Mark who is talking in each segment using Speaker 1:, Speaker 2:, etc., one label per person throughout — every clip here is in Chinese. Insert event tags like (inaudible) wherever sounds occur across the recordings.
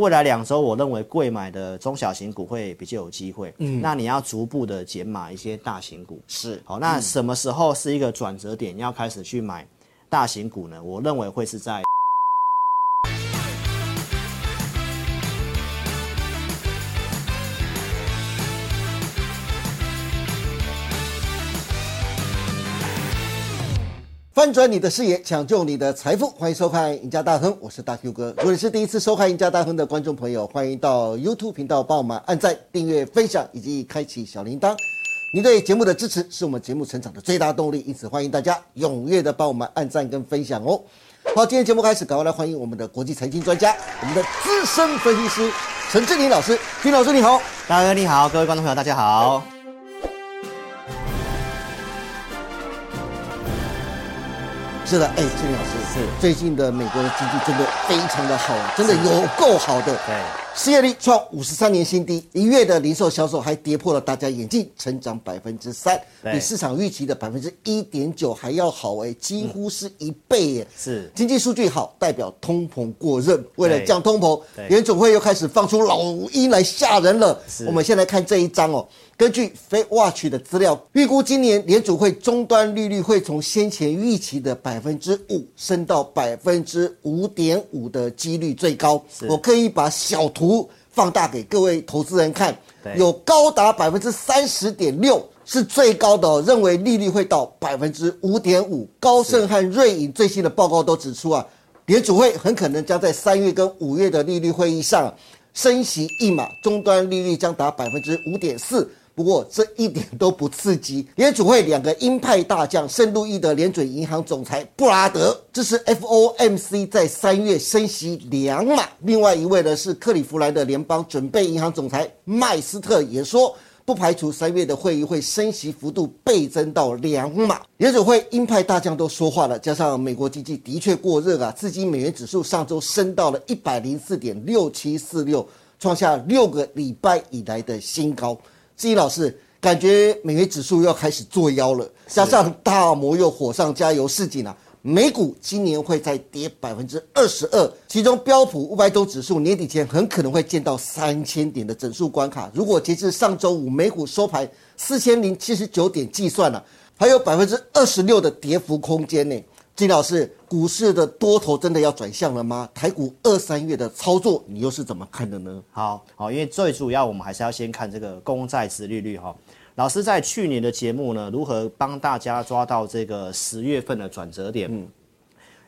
Speaker 1: 未来两周，我认为贵买的中小型股会比较有机会。嗯，那你要逐步的减码一些大型股。
Speaker 2: 是
Speaker 1: 好，那什么时候是一个转折点，要开始去买大型股呢？我认为会是在
Speaker 2: 翻转你的视野，抢救你的财富，欢迎收看《赢家大亨》，我是大 Q 哥。如果你是第一次收看《赢家大亨》的观众朋友，欢迎到 YouTube 频道帮我们按赞、订阅、分享以及开启小铃铛。您对节目的支持是我们节目成长的最大动力，因此欢迎大家踊跃的帮我们按赞跟分享哦。好，今天节目开始，赶快来欢迎我们的国际财经专家，我们的资深分析师陈志林老师。金老师你好，
Speaker 1: 大哥你好，各位观众朋友大家好。
Speaker 2: 是的，哎，志林老师是最近的美国的经济真的非常的好，真的有够好的。
Speaker 1: 对，
Speaker 2: 失业率创五十三年新低，一月的零售销售还跌破了大家眼镜，成长百分之三，
Speaker 1: 对
Speaker 2: 比市场预期的百分之一点九还要好哎，几乎是一倍耶。
Speaker 1: 是
Speaker 2: 经济数据好，代表通膨过热。为了
Speaker 1: 对
Speaker 2: 降通膨
Speaker 1: 对，
Speaker 2: 联总会又开始放出老鹰来吓人了
Speaker 1: 是。
Speaker 2: 我们先来看这一张哦。根据 Fed Watch 的资料，预估今年联储会终端利率会从先前预期的百分之五升到百分之五点五的几率最高。我刻意把小图放大给各位投资人看
Speaker 1: 对，
Speaker 2: 有高达百分之三十点六是最高的、哦，认为利率会到百分之五点五。高盛和瑞银最新的报告都指出啊，联储会很可能将在三月跟五月的利率会议上啊升息一码，终端利率将达百分之五点四。不过这一点都不刺激。联储会两个鹰派大将圣路易的联准银行总裁布拉德支持 FOMC 在三月升息两码，另外一位呢是克利夫兰的联邦准备银行总裁麦斯特也说。不排除三月的会议会升息幅度倍增到两码。联准会鹰派大将都说话了，加上美国经济的确过热啊，至今美元指数上周升到了一百零四点六七四六，创下六个礼拜以来的新高。志毅老师，感觉美元指数要开始作妖了，加上大摩又火上加油示警啊。美股今年会再跌百分之二十二，其中标普五百种指数年底前很可能会见到三千点的整数关卡。如果截至上周五美股收盘四千零七十九点计算了、还有百分之二十六的跌幅空间呢。金老师，股市的多头真的要转向了吗？台股二三月的操作，你又是怎么看的呢？
Speaker 1: 好好，因为最主要我们还是要先看这个公债值利率哈。老师在去年的节目呢，如何帮大家抓到这个十月份的转折点？嗯，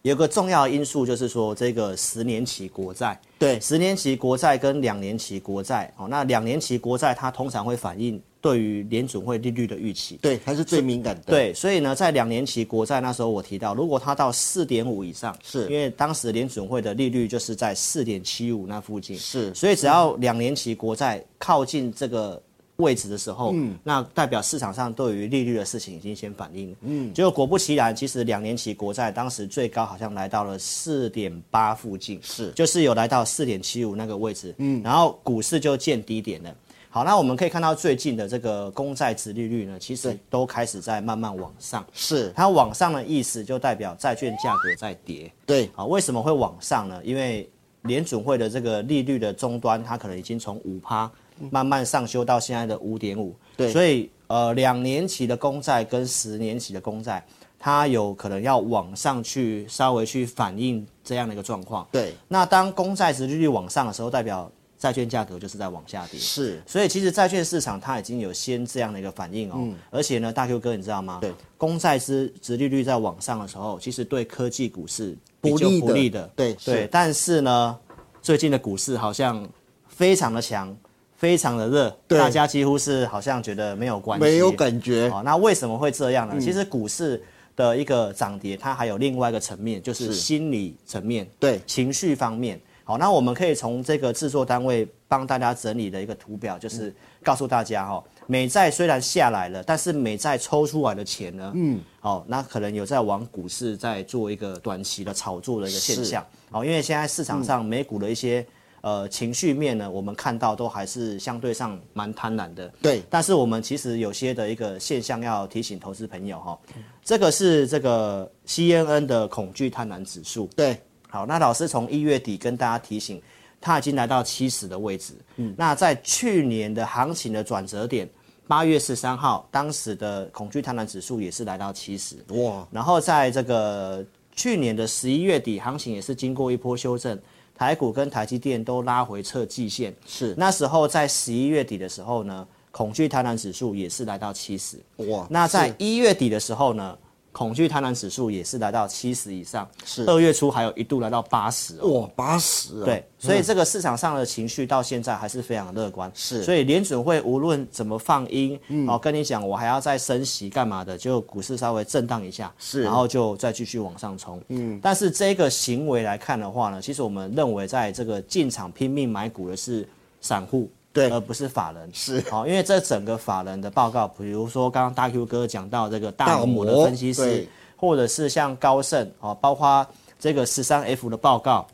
Speaker 1: 有个重要的因素就是说，这个十年期国债，
Speaker 2: 对
Speaker 1: 十年期国债跟两年期国债，哦，那两年期国债它通常会反映对于联准会利率的预期。
Speaker 2: 对，还是最敏感的。，
Speaker 1: 对，所以呢，在两年期国债那时候，我提到，如果它到四点五以上，
Speaker 2: 是
Speaker 1: 因为当时联准会的利率就是在四点七五那附近，
Speaker 2: 是
Speaker 1: 所以只要两年期国债靠近这个位置的时候，嗯，那代表市场上对于利率的事情已经先反应了，嗯，结果果不其然，其实两年期国债当时最高好像来到了四点八附近，
Speaker 2: 是
Speaker 1: 就是有来到四点七五那个位置，嗯，然后股市就见低点了。好，那我们可以看到最近的这个公债值利率呢，其实都开始在慢慢往上。
Speaker 2: 是，
Speaker 1: 它往上的意思就代表债券价格在跌。
Speaker 2: 对，
Speaker 1: 好，啊为什么会往上呢？因为联准会的这个利率的终端，它可能已经从五趴慢慢上修到现在的五点五。
Speaker 2: 对
Speaker 1: 所以呃，两年期的公债跟十年期的公债，它有可能要往上去稍微去反映这样的一个状况。
Speaker 2: 对，
Speaker 1: 那当公债值利率往上的时候，代表债券价格就是在往下跌。
Speaker 2: 是，
Speaker 1: 所以其实债券市场它已经有先这样的一个反应哦，而且呢，大 Q 哥你知道吗？
Speaker 2: 嗯对，
Speaker 1: 公债之殖利率在往上的时候，其实对科技股是比
Speaker 2: 不
Speaker 1: 较
Speaker 2: 利的
Speaker 1: 不利的，
Speaker 2: 对
Speaker 1: 对
Speaker 2: 是。
Speaker 1: 但是呢，最近的股市好像非常的强，非常的热，
Speaker 2: 对
Speaker 1: 大家几乎是好像觉得没有关系，
Speaker 2: 没有感觉。
Speaker 1: 哦好、那为什么会这样呢？其实股市的一个涨跌，它还有另外一个层面，就是心理层面，
Speaker 2: 对
Speaker 1: 情绪方面。好，那我们可以从这个制作单位帮大家整理的一个图表，就是告诉大家哦，美债虽然下来了，但是美债抽出来的钱呢，嗯，哦，那可能有在往股市在做一个短期的炒作的一个现象。好，因为现在市场上美股的一些、呃情绪面呢，我们看到都还是相对上蛮贪婪的。
Speaker 2: 对
Speaker 1: 但是我们其实有些的一个现象要提醒投资朋友哈、这个是这个 CNN 的恐惧贪婪指数。
Speaker 2: 对
Speaker 1: 好，那老师从一月底跟大家提醒，它已经来到七十的位置。嗯，那在去年的行情的转折点，八月十三号，当时的恐惧贪婪指数也是来到七十。
Speaker 2: 哇，
Speaker 1: 然后在这个去年的十一月底，行情也是经过一波修正，台股跟台积电都拉回测季线。
Speaker 2: 是
Speaker 1: 那时候在十一月底的时候呢，恐惧贪婪指数也是来到七十。
Speaker 2: 哇
Speaker 1: 那在一月底的时候呢，恐惧贪婪指数也是来到七十以上。
Speaker 2: 是
Speaker 1: 二月初还有一度来到八十、哦。
Speaker 2: 哇八十啊，
Speaker 1: 对，所以这个市场上的情绪到现在还是非常乐观。
Speaker 2: 是嗯
Speaker 1: 所以联准会无论怎么放音，哦，跟你讲我还要再升息干嘛的，就股市稍微震荡一下，
Speaker 2: 是
Speaker 1: 然后就再继续往上冲。嗯，但是这个行为来看的话呢，其实我们认为在这个进场拼命买股的是散户。
Speaker 2: 对
Speaker 1: 而不是法人
Speaker 2: 是
Speaker 1: 好、因为这整个法人的报告，比如说刚刚大 Q 哥讲到这个
Speaker 2: 大
Speaker 1: 大摩的
Speaker 2: 摩
Speaker 1: 分析师
Speaker 2: 对，
Speaker 1: 或者是像高盛哦，包括这个十三 F 的报告，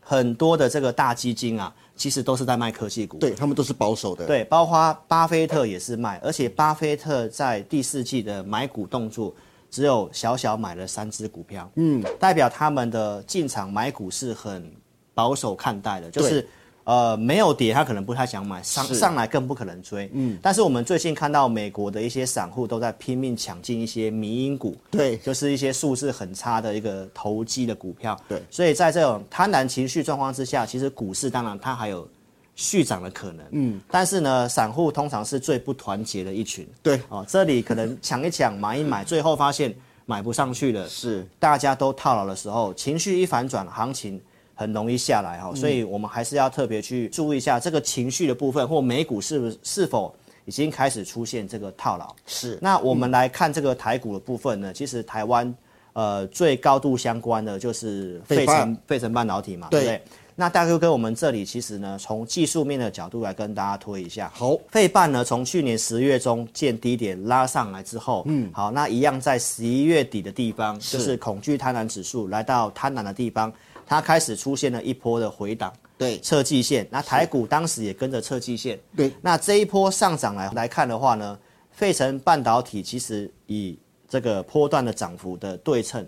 Speaker 1: 很多的这个大基金啊，其实都是在卖科技股。
Speaker 2: 对他们都是保守的，，
Speaker 1: 对，包括巴菲特也是卖，而且巴菲特在第四季的买股动作只有小小买了三只股票，嗯，代表他们的进场买股是很保守看待的，就是。呃，没有跌，他可能不太想买，上
Speaker 2: 是
Speaker 1: 上来更不可能追。嗯，但是我们最近看到美国的一些散户都在拼命抢进一些迷因股，
Speaker 2: 对
Speaker 1: 就是一些数字很差的一个投机的股票。
Speaker 2: 对
Speaker 1: 所以在这种贪婪情绪状况之下，其实股市当然它还有续涨的可能。嗯，但是呢，散户通常是最不团结的一群。
Speaker 2: 对
Speaker 1: 哦，这里可能抢一抢，买一买，最后发现买不上去了，
Speaker 2: 是
Speaker 1: 大家都套牢的时候，情绪一反转，行情。很容易下来哈、哦，所以我们还是要特别去注意一下这个情绪的部分，或美股是不是是否已经开始出现这个套牢。
Speaker 2: 是
Speaker 1: 那我们来看这个台股的部分呢，其实台湾呃最高度相关的就是费
Speaker 2: 费半
Speaker 1: 城费城半导体嘛，对不
Speaker 2: 对
Speaker 1: 对？那大 Q 哥，我们这里其实呢，从技术面的角度来跟大家推一下。
Speaker 2: 好
Speaker 1: 费半呢，从去年十月中见低点拉上来之后，嗯，好，那一样在十一月底的地方，就是恐惧贪婪指数来到贪婪的地方，它开始出现了一波的回档。
Speaker 2: 对
Speaker 1: 测季线，那台股当时也跟着测季线。
Speaker 2: 对
Speaker 1: 那这一波上涨来来看的话呢，费城半导体其实以这个波段的涨幅的对称，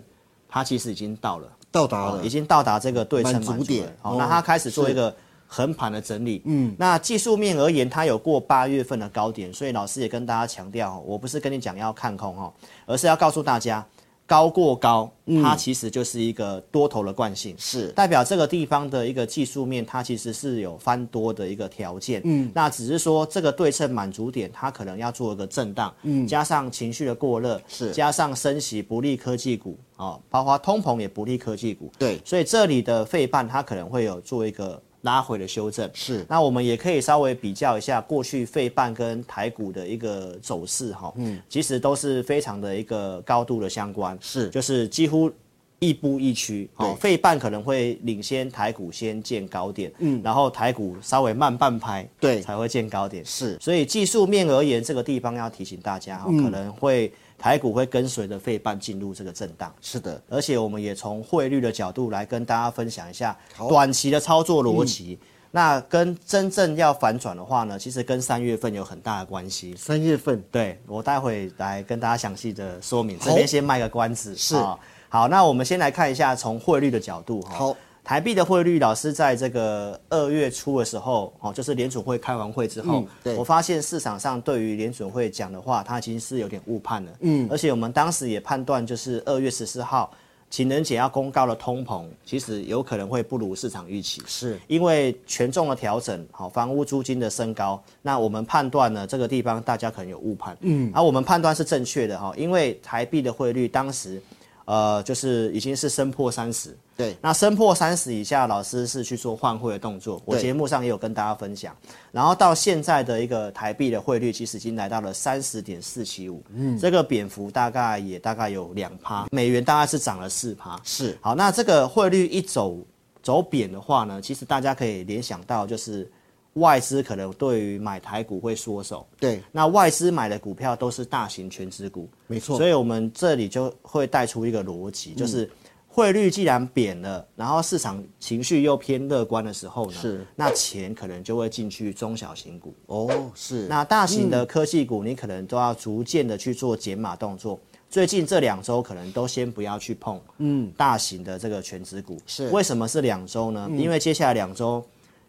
Speaker 1: 它其实已经到了，
Speaker 2: 到达
Speaker 1: 哦
Speaker 2: 了
Speaker 1: 已，经到达这个对称
Speaker 2: 啊满足
Speaker 1: 满足了
Speaker 2: 点
Speaker 1: 好、
Speaker 2: 哦
Speaker 1: 那它开始做
Speaker 2: 是
Speaker 1: 一个横盘的整理。嗯，那技术面而言，它有过八月份的高点，所以老师也跟大家强调哦，我不是跟你讲要看空哦，而是要告诉大家，高过高，它其实就是一个多头的惯性。
Speaker 2: 嗯是
Speaker 1: 代表这个地方的一个技术面，它其实是有翻多的一个条件。嗯，那只是说这个对称满足点，它可能要做一个震荡，嗯，加上情绪的过热，
Speaker 2: 是
Speaker 1: 加上升息不利科技股哦，包括通膨也不利科技股，
Speaker 2: 对
Speaker 1: 所以这里的费半它可能会有做一个拉回的修正。
Speaker 2: 是
Speaker 1: 那我们也可以稍微比较一下过去费半跟台股的一个走势哈，嗯，其实都是非常的一个高度的相关，
Speaker 2: 是
Speaker 1: 就是几乎亦步亦趋，哦，费半可能会领先台股先见高点，嗯，然后台股稍微慢半拍，
Speaker 2: 对
Speaker 1: 才会见高点，
Speaker 2: 是
Speaker 1: 所以技术面而言，这个地方要提醒大家哈、可能会台股会跟随着费半进入这个震荡。
Speaker 2: 是的，
Speaker 1: 而且我们也从汇率的角度来跟大家分享一下
Speaker 2: 好
Speaker 1: 短期的操作逻辑。那跟真正要反转的话呢，其实跟三月份有很大的关系。
Speaker 2: 三月份
Speaker 1: 对我待会来跟大家详细的说明，
Speaker 2: 好
Speaker 1: 这边先卖个关子。
Speaker 2: 是
Speaker 1: 啊好，那我们先来看一下从汇率的角度哈。
Speaker 2: 好，
Speaker 1: 台币的汇率，老师在这个二月初的时候，哦，就是联储会开完会之后，
Speaker 2: 嗯对
Speaker 1: 我发现市场上对于联储会讲的话，它其实是有点误判了。嗯，而且我们当时也判断，就是二月十四号情人节要公告的通膨，其实有可能会不如市场预期。
Speaker 2: 是
Speaker 1: 因为权重的调整，好，房屋租金的升高，那我们判断呢，这个地方大家可能有误判，嗯，而、我们判断是正确的哈，因为台币的汇率当时，呃，就是已经是升破三十，
Speaker 2: 对
Speaker 1: 那升破三十以下，老师是去做换汇的动作，我
Speaker 2: 对
Speaker 1: 节目上也有跟大家分享。然后到现在的一个台币的汇率，其实已经来到了三十点四七五，嗯，这个蝙蝠大概也大概有两趴，美元大概是涨了四趴，
Speaker 2: 是
Speaker 1: 好，那这个汇率一走走贬的话呢，其实大家可以联想到就是外资可能对于买台股会缩手，
Speaker 2: 对
Speaker 1: 那外资买的股票都是大型全值股，
Speaker 2: 没错嗯
Speaker 1: 所以我们这里就会带出一个逻辑，就是汇率既然贬了，然后市场情绪又偏乐观的时候呢，
Speaker 2: 是
Speaker 1: 那钱可能就会进去中小型股，
Speaker 2: 哦是
Speaker 1: 那大型的科技股你可能都要逐渐的去做减码动作。最近这两周可能都先不要去碰，嗯，大型的这个全指股
Speaker 2: 是
Speaker 1: 为什么是两周呢？因为接下来两周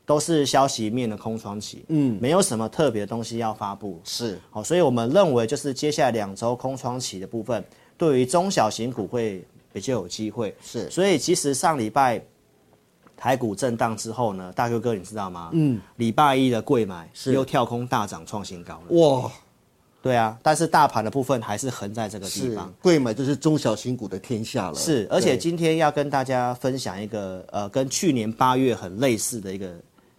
Speaker 1: 都是消息面的空窗期，嗯，没有什么特别的东西要发布，
Speaker 2: 是
Speaker 1: 好、所以我们认为就是接下来两周空窗期的部分，对于中小型股会比较有机会。
Speaker 2: 是
Speaker 1: 所以其实上礼拜台股震荡之后呢，大哥哥你知道吗？嗯，礼拜一的贵买
Speaker 2: 是
Speaker 1: 又跳空大涨创新高了。
Speaker 2: 哇，
Speaker 1: 对啊，但是大盘的部分还是横在这个地
Speaker 2: 是
Speaker 1: 方。
Speaker 2: 贵买就是中小型股的天下了。
Speaker 1: 是，而且
Speaker 2: 对
Speaker 1: 今天要跟大家分享一个呃，跟去年八月很类似的一个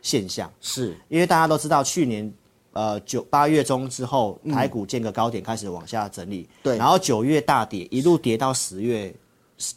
Speaker 1: 现象。
Speaker 2: 是
Speaker 1: 因为大家都知道去年呃九八月中之后，台股见个高点开始往下整理，
Speaker 2: 嗯对
Speaker 1: 然后九月大跌，一路跌到十月，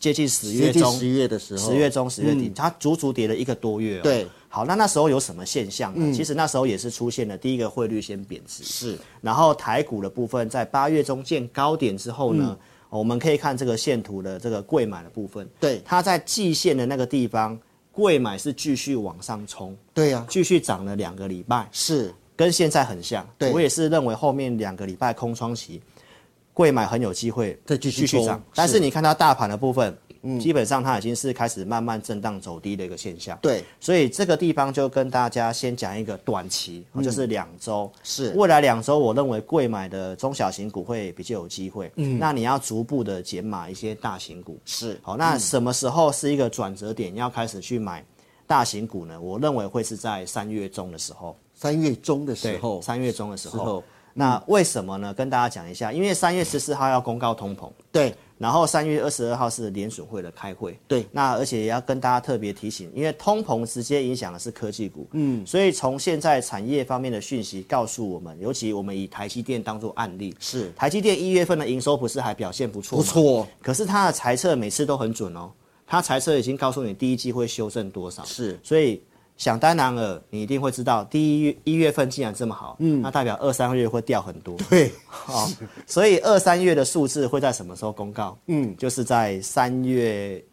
Speaker 1: 接近十
Speaker 2: 接
Speaker 1: 月
Speaker 2: 近
Speaker 1: 中，
Speaker 2: 十月的时候，
Speaker 1: 十月中十月底，它足足跌了一个多月、哦。
Speaker 2: 嗯对，嗯
Speaker 1: 好，那那时候有什么现象呢？其实那时候也是出现了第一个汇率先贬值，
Speaker 2: 是
Speaker 1: 然后台股的部分在八月中见高点之后
Speaker 2: 嗯
Speaker 1: 呢，哦我们可以看这个线图的这个贵买的部分，
Speaker 2: 对
Speaker 1: 它在季线的那个地方，贵买是继续往上冲，
Speaker 2: 对呀、
Speaker 1: 继续涨了两个礼拜，
Speaker 2: 是
Speaker 1: 跟现在很像。
Speaker 2: 对
Speaker 1: 我也是认为后面两个礼拜空窗期，贵买很有机会
Speaker 2: 再继续冲
Speaker 1: 涨
Speaker 2: 是。
Speaker 1: 但是嗯你看它大盘的部分，基本上它已经是开始慢慢震荡走低的一个现象。
Speaker 2: 对
Speaker 1: 所以这个地方就跟大家先讲一个短期，哦就是两周。
Speaker 2: 是
Speaker 1: 未来两周，我认为贵买的中小型股会比较有机会。嗯，那你要逐步的减码一些大型股。
Speaker 2: 是
Speaker 1: 好，那什么时候是一个转折点，要开始去买大型股呢？我认为会是在三月中的时候。
Speaker 2: 三月中的时
Speaker 1: 对，
Speaker 2: 候，
Speaker 1: 三月中的时
Speaker 2: 时候
Speaker 1: 候。嗯那为什么呢？跟大家讲一下，因为三月十四号要公告通膨，
Speaker 2: 对
Speaker 1: 然后三月二十二号是联准会的开会。
Speaker 2: 对
Speaker 1: 那而且也要跟大家特别提醒，因为通膨直接影响的是科技股，嗯，所以从现在产业方面的讯息告诉我们，尤其我们以台积电当做案例，
Speaker 2: 是
Speaker 1: 台积电一月份的营收不是还表现不错
Speaker 2: 不
Speaker 1: 吗，
Speaker 2: 错，
Speaker 1: 可是它的财测每次都很准哦，它财测已经告诉你第一季会修正多少，
Speaker 2: 是
Speaker 1: 所以想当然了，你一定会知道，第一月一月份竟然这么好，嗯，那代表二三月会掉很多，
Speaker 2: 对
Speaker 1: 好，所以二三月的数字会在什么时候公告？嗯，就是在三月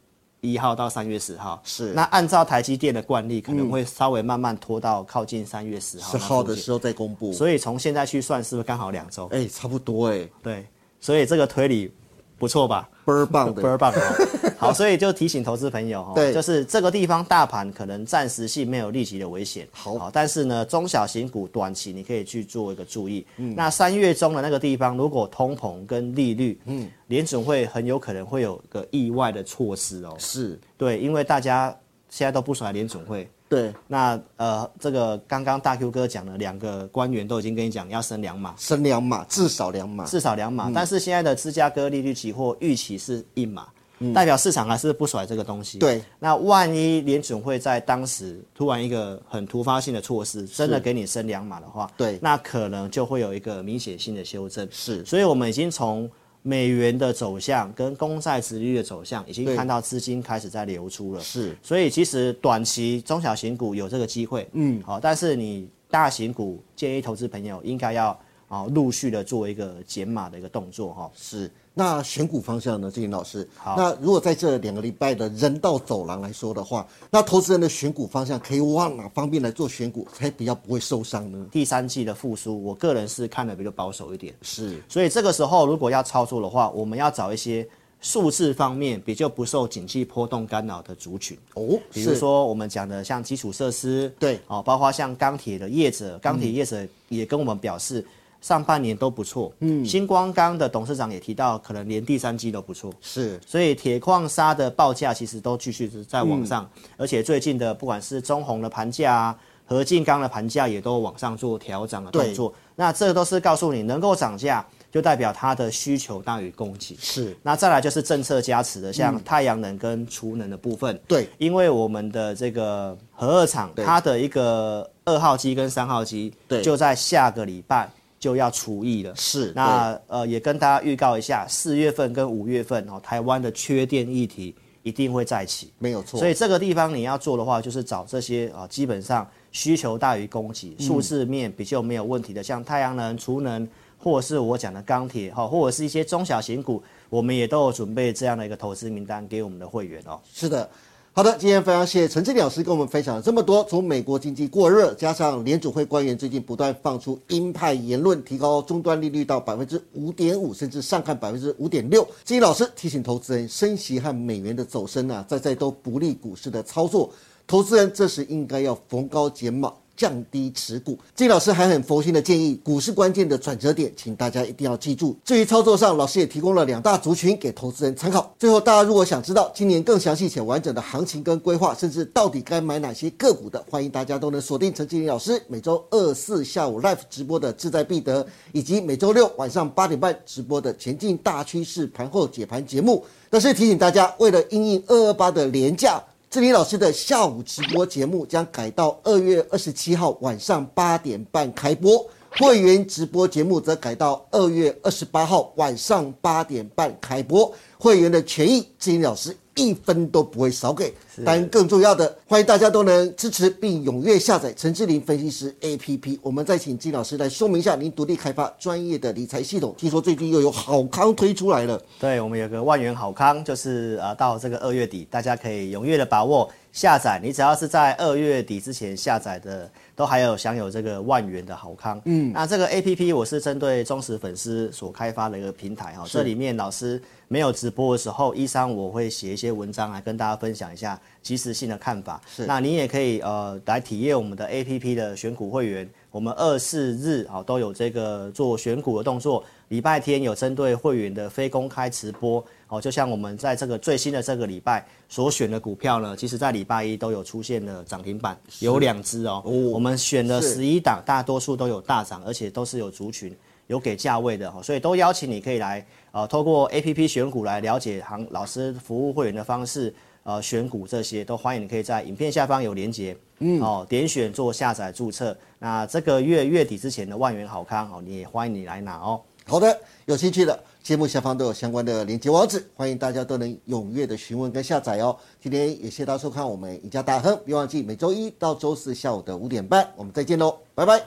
Speaker 1: 一号到三月十号。
Speaker 2: 是
Speaker 1: 那按照台积电的惯例，可能会稍微慢慢拖到靠近三月十号。
Speaker 2: 十号的时候再公布，
Speaker 1: 候，所以从现在去算，是不是刚好两周？
Speaker 2: 哎、差不多哎、
Speaker 1: 对，所以这个推理不错吧？
Speaker 2: 倍儿棒
Speaker 1: 倍
Speaker 2: 的，
Speaker 1: 儿棒哦！ (laughs) 好，所以就提醒投资朋友
Speaker 2: 对
Speaker 1: 哦，就是这个地方大盘可能暂时性没有立即的危险，
Speaker 2: 好
Speaker 1: 但是呢，中小型股短期你可以去做一个注意。
Speaker 2: 嗯
Speaker 1: 那三月中的那个地方，如果通膨跟利率，嗯，联准会很有可能会有个意外的措施哦。
Speaker 2: 是，
Speaker 1: 对，因为大家现在都不甩联准会。
Speaker 2: 对，
Speaker 1: 那呃，这个刚刚大 Q 哥讲的两个官员都已经跟你讲要升两码，
Speaker 2: 升两码，至少两码，
Speaker 1: 至少两
Speaker 2: 嗯
Speaker 1: 码，但是现在的芝加哥利率期货预期是一码，代表市场还是不甩这个东西。
Speaker 2: 嗯对，
Speaker 1: 那万一联准会在当时突然一个很突发性的措施，真的给你升两码的话，
Speaker 2: 对
Speaker 1: 那可能就会有一个明显性的修正。
Speaker 2: 是
Speaker 1: 所以我们已经从美元的走向跟公债殖利率的走向，已
Speaker 2: 对
Speaker 1: 经看到资金开始在流出了。
Speaker 2: 是
Speaker 1: 所以其实短期中小型股有这个机会，嗯，好，但是你大型股建议投资朋友应该要啊陆续的做一个减码的一个动作哈、
Speaker 2: 是。那选股方向呢，志颖老师？那如果在这两个礼拜的人道走廊来说的话，那投资人的选股方向可以往哪方面来做选股，才比较不会受伤呢？
Speaker 1: 第三季的复苏，我个人是看的比较保守一点，
Speaker 2: 是
Speaker 1: 所以这个时候如果要操作的话，我们要找一些数字方面比较不受景气波动干扰的族群。
Speaker 2: 哦，
Speaker 1: 比如
Speaker 2: 是
Speaker 1: 说我们讲的像基础设施，
Speaker 2: 对嗯
Speaker 1: 哦，包括像钢铁的业者，钢铁业者也跟我们表示。上半年都不错，嗯，星光钢的董事长也提到，可能连第三季都不错，
Speaker 2: 是
Speaker 1: 所以铁矿砂的报价其实都继续是在往上，
Speaker 2: 嗯
Speaker 1: 而且最近的不管是中红的盘价啊，合金钢的盘价也都往上做调整的动作。那这都是告诉你，能够涨价就代表它的需求大于供给。
Speaker 2: 是，
Speaker 1: 那再来就是政策加持的，像
Speaker 2: 嗯
Speaker 1: 太阳能跟储能的部分。
Speaker 2: 对，
Speaker 1: 因为我们的这个核二厂，它的一个二号机跟三号机，
Speaker 2: 对
Speaker 1: 就在下个礼拜就要除役了。
Speaker 2: 是
Speaker 1: 那呃，也跟大家预告一下，四月份跟五月份哦，台湾的缺电议题一定会再起。
Speaker 2: 没有错。
Speaker 1: 所以这个地方你要做的话，就是找这些啊、呃基本上需求大于供给，
Speaker 2: 嗯
Speaker 1: 数字面比较没有问题的，像太阳能、储能，或者是我讲的钢铁，哈、或者是一些中小型股，我们也都有准备这样的一个投资名单给我们的会员哦。
Speaker 2: 是的，好的，今天非常谢谢陈志礼老师跟我们分享了这么多，从美国经济过热，加上联储会官员最近不断放出鹰派言论，提高终端利率到百分之五点五，甚至上看百分之五点六。志礼老师提醒投资人，升息和美元的走升啊，在在都不利股市的操作。投资人这时应该要逢高减码。降低持股，金老师还很佛心的建议，股市关键的转折点，请大家一定要记住。至于操作上，老师也提供了两大族群给投资人参考。最后，大家如果想知道今年更详细且完整的行情跟规划，甚至到底该买哪些个股的，欢迎大家都能锁定陈经理老师每周二四下午 live 直播的志在必得，以及每周六晚上八点半直播的前进大趋势盘后解盘节目。但是提醒大家，为了因应二二八的廉价。志林老师的下午直播节目将改到二月二十七号晚上八点半开播，会员直播节目则改到二月二十八号晚上八点半开播。会员的权益，志林老师一分都不会少给。但更重要的，欢迎大家都能支持并踊跃下载陈志林分析师 APP。我们再请金老师来说明一下，您独立开发专业的理财系统，听说最近又有好康推出来了。
Speaker 1: 对，我们有个万元好康，就是呃到这个二月底，大家可以踊跃的把握下载。你只要是在二月底之前下载的，都还有享有这个万元的好康。嗯，那这个 A P P 我是针对忠实粉丝所开发的一个平台哈、这里面老师没有直播的时候，一三我会写一些文章来跟大家分享一下及时性的看法。是，那你也可以呃来体验我们的 A P P 的选股会员。我们二四日好都有这个做选股的动作，礼拜天有针对会员的非公开直播哦，就像我们在这个最新的这个礼拜所选的股票呢，其实在礼拜一都有出现了涨停板，有两只哦，我们选了
Speaker 2: 是
Speaker 1: 十一档，大多数都有大涨，而且都是有族群有给价位的哦，所以都邀请你可以来呃，透过 A P P 选股来了解行老师服务会员的方式。呃，选股这些都欢迎你可以在影片下方有连结，嗯，哦，点选做下载注册。那这个月月底之前的万元好康哦，你也欢迎你来拿哦。
Speaker 2: 好的，有兴趣的节目下方都有相关的连接网址，欢迎大家都能踊跃的询问跟下载哦。今天也谢谢大家收看我们赢家大亨，别忘记每周一到周四下午的五点半，我们再见喽，拜拜。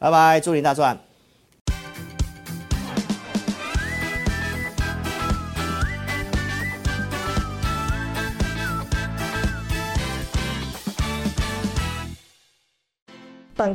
Speaker 1: 拜拜，祝您大赚。
Speaker 3: 本